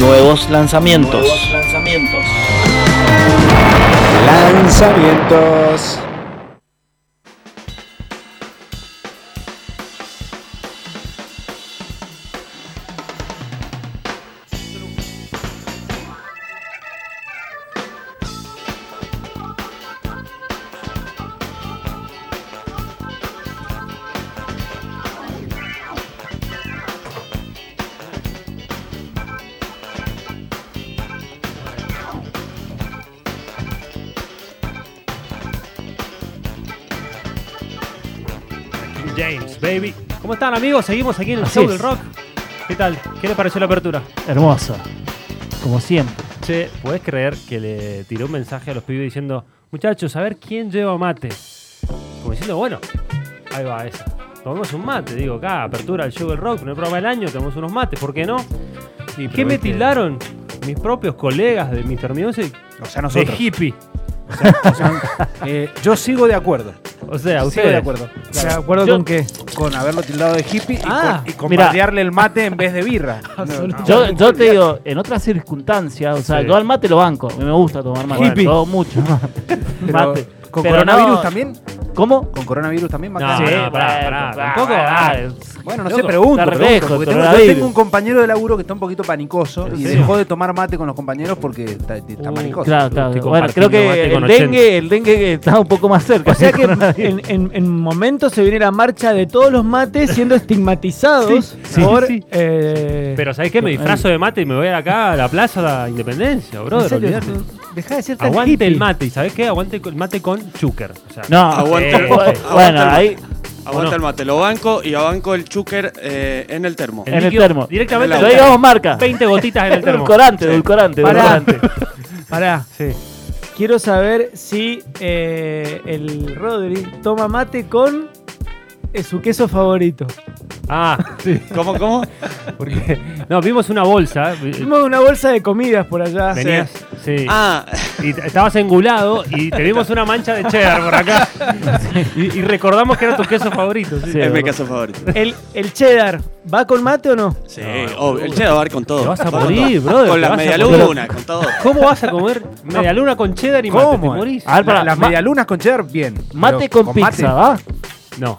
Nuevos lanzamientos. Nuevos lanzamientos. Lanzamientos. James, baby. ¿Cómo están amigos? Seguimos aquí en el Así show es. del rock. ¿Qué tal? ¿Qué les pareció la apertura? Hermoso. Como siempre. Che, ¿podés creer que le tiré un mensaje a los pibes diciendo, muchachos, a ver quién lleva mate? Como diciendo, bueno, ahí va esa. Tomemos un mate, digo, acá, apertura al show del rock, primer programa del año, tomemos unos mates, ¿por qué no? Sí, pero ¿Qué me viste, tildaron mis propios colegas de Mr. Music? O De sea, nosotros. hippie. O sea, eh, yo sigo de acuerdo. O sea, Sigo ustedes. de acuerdo. O sea, ¿De acuerdo Yo- con qué? con haberlo tildado de hippie y Ah, con, y con mirá. bardearle el mate en vez de birra. No, no. Yo, yo te digo, en otras circunstancias, o sea, Sí. yo al mate lo banco. a mí Me gusta tomar mate. Hippie. Todo mucho. Pero, mate. ¿Con Pero coronavirus no- también? ¿Cómo? ¿Con coronavirus también, No, Macarena? no, Sí, pará, pará. bueno, Tampoco, pará. ah, Bueno, no Loco, sé, pregunto, está re pregunto, lejos, porque tengo, yo coronavirus. tengo un compañero de laburo que está un poquito panicoso y serio? dejó de tomar mate con los compañeros porque está, está Uh, manicoso. Claro, Estoy claro. Bueno, creo compartiendo que mate el con dengue, el dengue está un poco más cerca. O sea que en, en- en momentos se viene la marcha de todos los mates siendo estigmatizados Sí, sí, por. sí. eh, Pero ¿sabés qué? Me disfrazo de mate y me voy acá a la plaza de la Independencia, en brother. serio, olvidate. Dejá de ser tan Aguante hippie. el mate, ¿y sabés qué? Aguante el mate con chúcar. O sea, No, Aguanta- eh, aguanta- bueno, Ah, aguanta- ahí Aguanta no? el mate, lo banco y banco el chúquer eh, en el termo. en el líquido termo. Directamente En no la- le doy digamos marca. 20 gotitas en el termo. Dulcorante, dulcorante, Pará. dulcorante. Pará. Sí. Quiero saber si eh, el Rodri toma mate con eh, su queso favorito. Ah, sí. ¿Cómo, cómo? Porque, no, vimos una bolsa. eh, Vimos una bolsa de comidas por allá. Venías. Sí. Ah, Y t- estabas engulado y te vimos una mancha de cheddar por acá. Y, y recordamos que era tu queso favorito. sí. Sí. es mi caso favorito. El, el cheddar, ¿va con mate o no? Sí, obvio. El cheddar va a dar con todo. Te vas a Va con morir, todo. brother, Con te la vas a medialuna, con todo. ¿Cómo vas a comer media luna con cheddar y mate? ¿Te ¿Cómo? morís? A La- ver, pará, las ma- medialunas con cheddar, bien. Mate Pero con, pizza, mate- ¿va? No.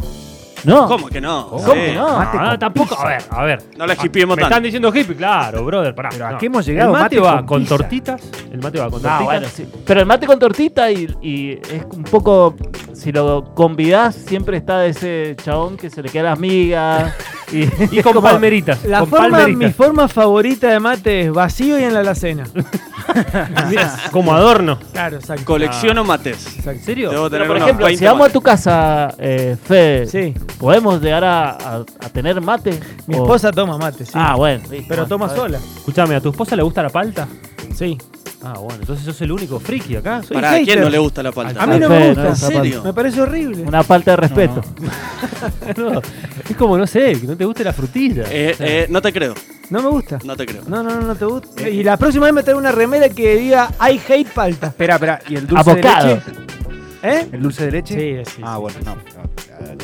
No. ¿Cómo que no? Ah, ¿Cómo que Sí. no? No, no, tampoco. A ver, a ver. Ah, No la hipiemos Me tanto. están diciendo hippie, claro, brother. Pará. Pero ¿a no. qué hemos llegado? El mate, Mate va con con, pizza. tortitas. El mate va con Ah, tortitas. bueno, sí. Pero el mate con tortita y, y es un poco. Si lo convidás, siempre está ese chabón que se le queda las migas. Y, Y con palmeritas. La con forma, mi palmeritas. forma favorita de mate es vacío y en la alacena. Mira, como adorno. Claro, exacto. Colecciono mates. ¿En serio? Debo tener Pero, por unos ejemplo, 20 si vamos a mates. tu casa, eh, Fede, Sí, ¿podemos llegar a, a- a tener mate? mi Oh. O- esposa toma mate, sí. Ah, bueno. listo. pero Bueno, toma está bien. sola. Escuchame, ¿a tu esposa le gusta la palta? Sí. Ah, bueno, entonces sos el único friki acá. Soy- Pará, ¿a quién hater. no le gusta la palta? Eh, A mí no Fede, me gusta. esa ¿En parte. serio? Me parece horrible. Una falta de respeto. No, es como, no sé, que no te guste la frutilla. Eh, eh, no te creo, No me gusta. no te creo. No, no, no, no te gusta. Y la próxima vez me trae una remera que diga I hate palta. Espera, espera, ¿y el dulce de Avocado. leche? ¿Eh? ¿El dulce de leche? Sí, sí. Ah, bueno, no.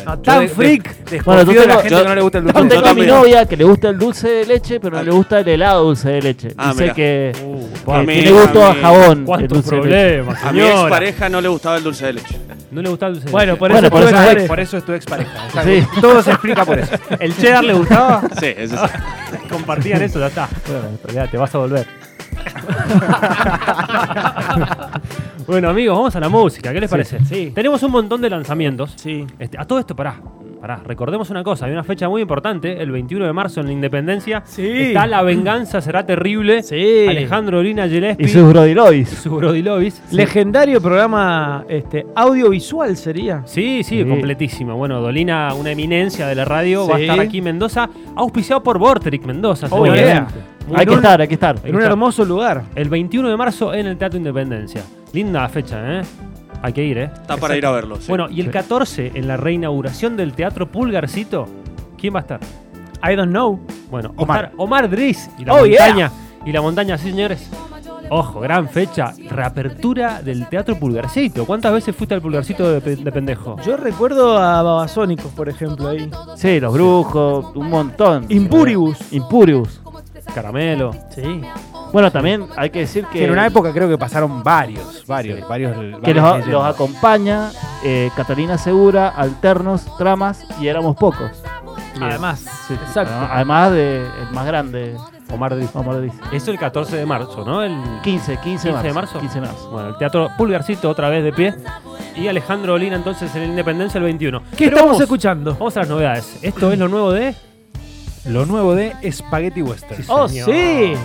No, tan freak. Bueno, Desconfío yo de la tengo- gente yo- que no le gusta el Yo dulce de Yo tengo leche. a mi también. novia que le gusta el dulce de leche, pero no Ah. le gusta el helado dulce de leche. Ah, Dice mirá. que, Uh, que a mí- tiene gusto a a mí- jabón. el ¿Cuántos dulce de leche. problemas, A mi ex señora? pareja no le gustaba el dulce de leche. No le gusta el dulce de Bueno, leche. por Bueno, eso por tuve eso esa es- pareja. Por eso es tu expareja. o sea, Sí. Todo se explica por eso. ¿El cheddar le gustaba? Sí, eso sí. Compartían eso, ya está. Bueno, ya te vas a volver. bueno, amigos, vamos a la música. ¿Qué les parece? sí. Tenemos un montón de lanzamientos. Sí. Este, a todo esto, pará. Pará, recordemos una cosa, hay una fecha muy importante, el 21 de marzo en la Independencia. Sí. Está La Venganza Será Terrible. Sí. Alejandro Lina Gillespie. Y sus brodiloides. su Brody Lobbies. Legendario programa este, audiovisual sería. Sí, sí, Sí. completísimo. Bueno, Dolina, una eminencia de la radio, va a Sí. estar aquí en Mendoza, auspiciado por Vorteric Mendoza. Oh, señores. yeah. Muy Hay que bien. estar, hay que estar. En un hermoso lugar. El 21 de marzo en el Teatro Independencia. Linda fecha, ¿eh? Hay que ir, ¿eh? Está para ir a verlo. sí. Bueno, y el 14 en la reinauguración del Teatro Pulgarcito, ¿quién va a estar? I don't know. Bueno, va a Omar. estar Omar Driz y la Oh, yeah. montaña. Y la montaña, sí, señores. Ojo, gran fecha. Reapertura del Teatro Pulgarcito. ¿Cuántas veces fuiste al Pulgarcito de, pe- de pendejo? Yo recuerdo a Babasónicos, por ejemplo, ahí. Sí, los brujos, un montón. Impuribus. Impurius. Caramelo. Sí. Bueno, también hay que decir que, Que en una época creo que pasaron varios, varios, varios. que varias los, leyendas. los acompaña eh, Catalina Segura, Alternos, Tramas y Éramos Pocos. Además, Sí, exacto. ah, Además de el más grande, Omar dice. Omar Diz. Eso el 14 de marzo, ¿no? El 15, 15 15, de marzo. 15 de marzo. Bueno, el teatro Pulgarcito otra vez de pie. Y Alejandro Olina entonces en la Independencia el 21. ¿Qué Pero estamos vamos- escuchando? Vamos a las novedades. Esto es lo nuevo de. Lo nuevo de Spaghetti Western. ¡Oh, señor. sí! Eh,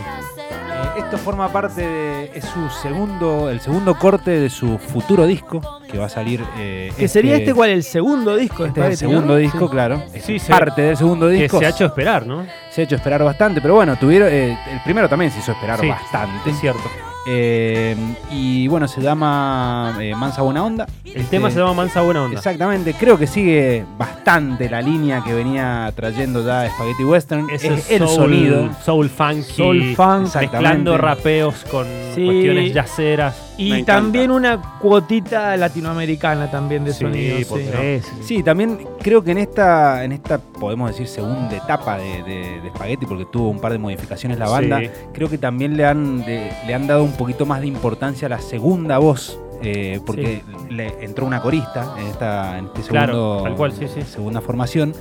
Esto forma parte de es su segundo, el segundo corte de su futuro disco que va a salir. eh, Que sería este cual el segundo disco. de Este es el Spaghetti, ¿no? segundo disco, claro. Es Sí, se- parte del segundo Que disco. se ha hecho esperar, ¿no? se ha hecho esperar bastante, pero bueno, tuvieron eh, el primero también se hizo esperar Sí. bastante. Es cierto. Eh, y bueno, se llama eh, Mansa Buena Onda. Este, El tema se llama Mansa Buena Onda. Exactamente, creo que sigue bastante la línea que venía trayendo ya Spaghetti Western. Ese es el sonido. Soul funky. Soul funk. Mezclando Exactamente. rapeos con Sí. cuestiones yaceras. Me Y encanta. también una cuotita latinoamericana también de Sí, sonido. por sí. supuesto. Sí, sí, sí. Sí, también creo que en esta, en esta podemos decir segunda etapa de, de, de Spaghetti, porque tuvo un par de modificaciones la banda, Sí. creo que también le han, de- le han dado un poquito más de importancia a la segunda voz, eh, porque le entró una corista en, esta, en este Claro, segundo, tal cual, sí, sí. segunda formación.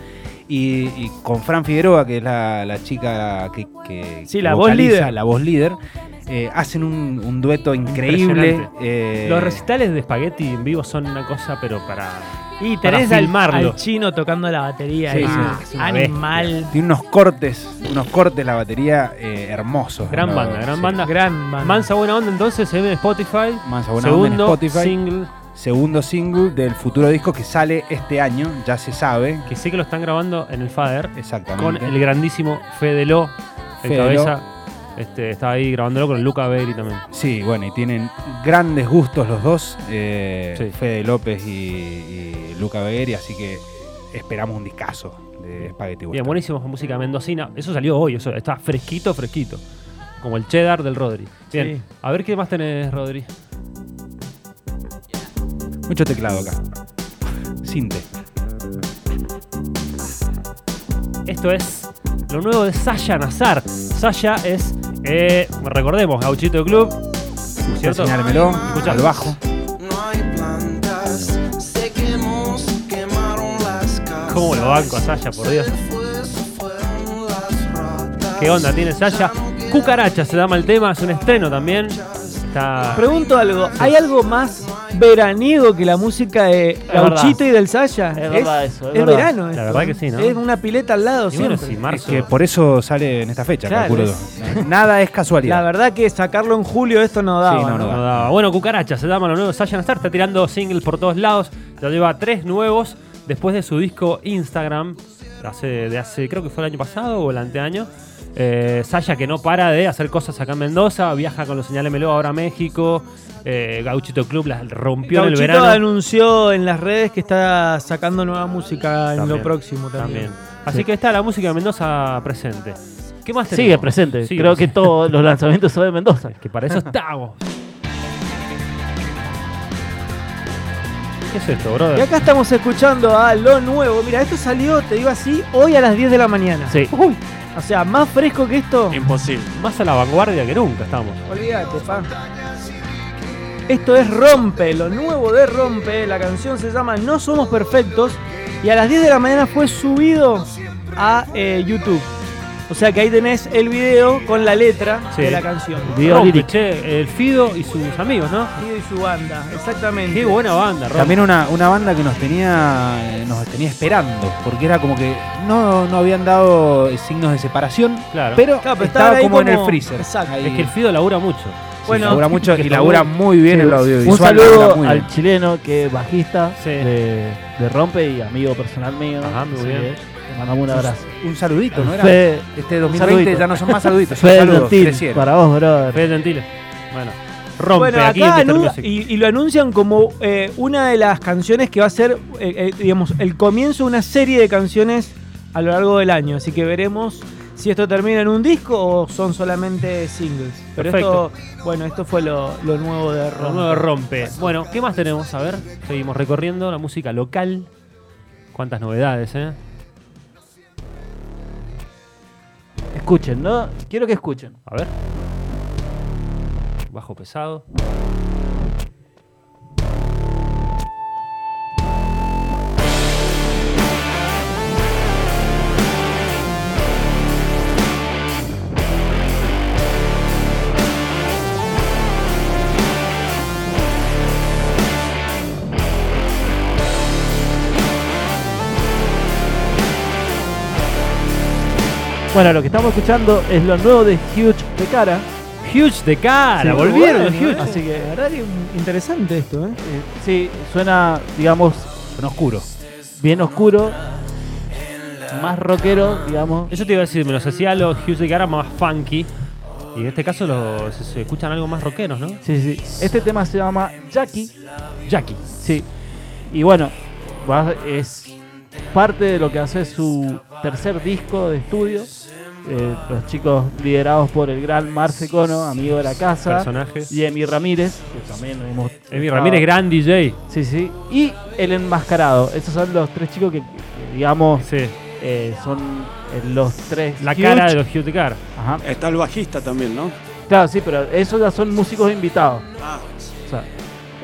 Y, y con Fran Figueroa, que es la, la chica que, que- Sí, que la voz vocaliza, líder. la voz líder, eh, hacen un, un dueto increíble. eh, Los recitales de Spaghetti en vivo son una cosa, pero para. Y Para tenés al, filmarlo. al chino tocando la batería. Sí, ahí. sí, Ah, es una animal. Tiene unos cortes, unos cortes la batería eh, hermosos. Gran La- banda, gran sí. banda. Gran banda. Mansa Buena Onda entonces en Spotify. Mansa Buena Onda en Segundo Spotify. single. Segundo single del futuro disco que sale este año, ya se sabe. Que sé que lo están grabando en el Fader. Con Exactamente. el grandísimo Fede Lo. El Fede cabeza. Este, estaba ahí grabándolo con Luca Berry también. Sí, bueno, y tienen grandes gustos los dos, eh, Sí. Fede López y, y Luca Begueri, así que esperamos un discazo de Spaghetti Bien, Western. buenísimo, música mendocina. Eso salió hoy, eso está fresquito, fresquito. Como el cheddar del Rodri. Bien, Sí. a ver qué más tenés, Rodri. Mucho teclado acá. Sinte. Esto es lo nuevo de Sasha Nazar. Sasha es, eh, recordemos, Gauchito Club. ¿Cierto? Señálmelo, Escuchá. al bajo. No hay plantas, sequemos, quemaron las casas. ¿Cómo lo banco a Sasha, por Dios? Se fue, se fueron las ratas. ¿Qué onda tiene Sasha? Cucaracha se llama el tema, es un estreno también. Está. Pregunto algo, ¿hay algo más veraniego que la música de Gauchito verdad. y del Saya? Es verdad eso, es verdad. verano La esto. verdad que sí, ¿no? Es una pileta al lado Y bueno, siempre. sí, Es marzo. que por eso sale en esta fecha, Claro, calculo es- yo. Nada es casualidad. La verdad que sacarlo en julio esto no daba. Sí, no, no No daba. Bueno, Cucaracha se llama lo nuevo. Sasha Nazar está tirando singles por todos lados. Ya lleva tres nuevos después de su disco Instagram. Hace, de hace, creo que fue el año pasado o el anteaño. Eh, Sasha que no para de hacer cosas acá en Mendoza. Viaja con los señales Meló ahora a México. Eh, Gauchito Club las rompió en el Gauchito verano. anunció en las redes que está sacando nueva música en También, lo próximo también. También. Así que está la música de Mendoza presente. ¿Qué más tenemos? Sigue presente. Sigue Creo presente. que todos los lanzamientos son de Mendoza. Que para eso estamos. ¿Qué es esto, brother? Y acá estamos escuchando a Lo Nuevo. Mira, esto salió, te digo así, hoy a las 10 de la mañana. Sí. Uy, o sea, más fresco que esto. Imposible. Más a la vanguardia que nunca estamos. Olvídate, pa. Esto es Rompe, lo nuevo de Rompe. La canción se llama No Somos Perfectos. Y a las 10 de la mañana fue subido a eh, YouTube. O sea que ahí tenés el video con la letra Sí. de la canción. Video Rompe, lírico. che, el Fido y sus amigos, ¿no? Guido y su banda, exactamente. Qué buena banda, Rompe. También una, una banda que nos tenía, eh, nos tenía esperando, porque era como que no, no habían dado eh, signos de separación, Claro. pero, Claro, pero estaba estaban ahí como, en el como- freezer. Exacto. Ahí. es que el Fido labura mucho. Sí, bueno, labura mucho que y labura muy bien el audiovisual. Un labura saludo muy bien. al chileno que es bajista Sí. de, de Rompe y amigo personal mío. Ajá, muy Así bien. que Le mandamos un abrazo. Un saludito, ¿no era? Fede, este un 2020 saludito. ya no son más saluditos, son Fede saludos, Gentil, crecieron. para vos, brother. Fede Gentile. Bueno, Rompe Bueno, aquí acá en Digital anu- Music. y, y lo anuncian como eh, una de las canciones que va a ser, eh, eh, digamos, el comienzo de una serie de canciones a lo largo del año. Así que veremos si esto termina en un disco o son solamente singles. Pero Perfecto. esto, bueno, esto fue lo, lo nuevo de Lo Ron. nuevo de Rompe. Bueno, ¿qué más tenemos? A ver, seguimos recorriendo la música local. Cuántas novedades, ¿eh? Escuchen, ¿no? Quiero que escuchen. A ver. bajo pesado. Bueno, lo que estamos escuchando es lo nuevo de Huge de cara. Huge de cara, Sí, volvieron. bueno, Huge. eh. Así que, La verdad que mm, interesante esto, ¿eh? eh, sí, suena, digamos, Son oscuro. bien oscuro, más rockero, digamos. Eso te iba a decir, me los hacía los Huge de cara más funky. Y en este caso los, se, se escuchan algo más rockeros, ¿no? Sí, sí. Este tema se llama Jackie. Jackie. Sí. Y bueno, va- es parte de lo que hace su tercer disco de estudio. Eh, los chicos liderados por el gran Marce Cono, amigo de la casa. Personaje. Y Emi Ramírez, que también hemos. Emi Ramírez, gran DJ. Sí, sí. Y el enmascarado. Esos son los tres chicos que, que, digamos, Sí, eh, son eh, los tres. la huge. cara de los Huge de cara. Ajá. Está el bajista también, ¿no? Claro, sí, pero esos ya son músicos invitados. Ah, O sea,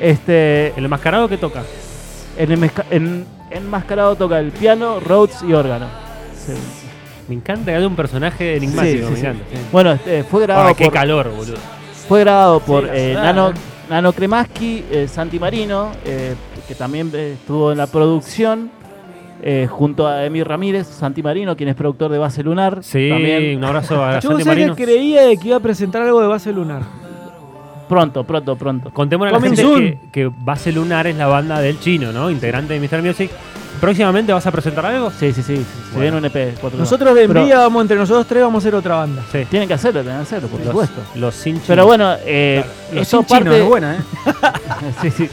este, El enmascarado que toca. En enmasca- en- enmascarado toca el piano, Rhodes y órgano. Sí. Me encanta que haya un personaje enigmático, Sí, sí, me sí. encanta. Bueno, este, fue grabado Ah, qué por, calor, boludo. fue grabado por la eh, ciudad, Nano, eh. Nano Kremaski, eh, Santi Marino, eh, que también eh, estuvo en la producción, eh, junto a Emi Ramírez, Santi Marino, quien es productor de Base Lunar. Sí, También un abrazo a Yo Santi sé que Marino. creía de que iba a presentar algo de base lunar. pronto, pronto, pronto. Contémosle a la Coming gente que, soon. que Base Lunar es la banda del chino, ¿no? Integrante de Mr. Music. Próximamente vas a presentar algo. Sí, sí, sí. Se Bueno. viene un EP. cuatro Nosotros de Pero- envidia vamos entre nosotros tres, vamos a hacer otra banda. Sí. Tienen que hacerlo, tienen que hacerlo, por supuesto. Los, los sin chino. Pero bueno, eh, eso Sin chino, parte- es buena, ¿eh? Sí, sí.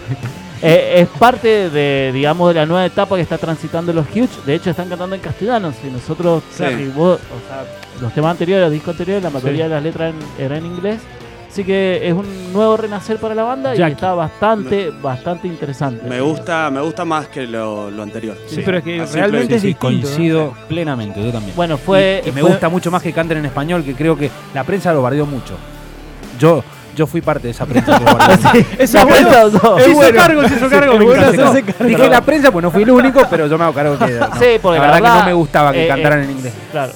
Eh, es parte de, digamos, de la nueva etapa que está transitando los Huge. De hecho, están cantando en castellano. Si nosotros, Sí. si vos- o sea, los temas anteriores, los discos anteriores, la mayoría Sí. de las letras en- eran en inglés. Así que es un nuevo renacer para la banda y Jackie. está bastante, bastante interesante. me gusta, me gusta más que lo, lo anterior. Sí. Pero es que Así realmente que es Sí, distinto. ¿no? coincido plenamente, yo también. Bueno, fue. ¿eh? y, y me fue- gusta mucho más que canten en español, que creo que la prensa lo bardeó mucho. Yo, yo fui parte de esa prensa que lo bardeó. Esa Me buena- gusta todo. es Sí, bueno. se hizo cargo. me bueno encantó. hacerse cargo. Dije la prensa, pues no fui el único, pero yo me hago cargo que. no. Sí, porque la verdad, que no verdad, me gustaba que eh, cantaran eh, en inglés. Claro.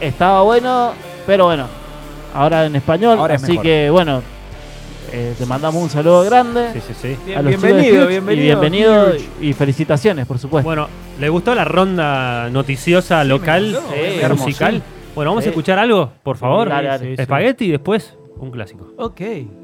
Estaba bueno, pero bueno. Ahora en español. Ahora es así mejor. que bueno. eh, te mandamos un saludo grande. Sí, sí, sí. Bien- a los bienvenido, chicos de Huge, bienvenido. Y bienvenido y, y felicitaciones, por supuesto. Bueno, ¿le gustó la ronda noticiosa local, encantó, eh, sí. musical? Bueno, vamos Sí. a escuchar algo, por favor. Dale, dale. Espagueti y después un clásico. Ok.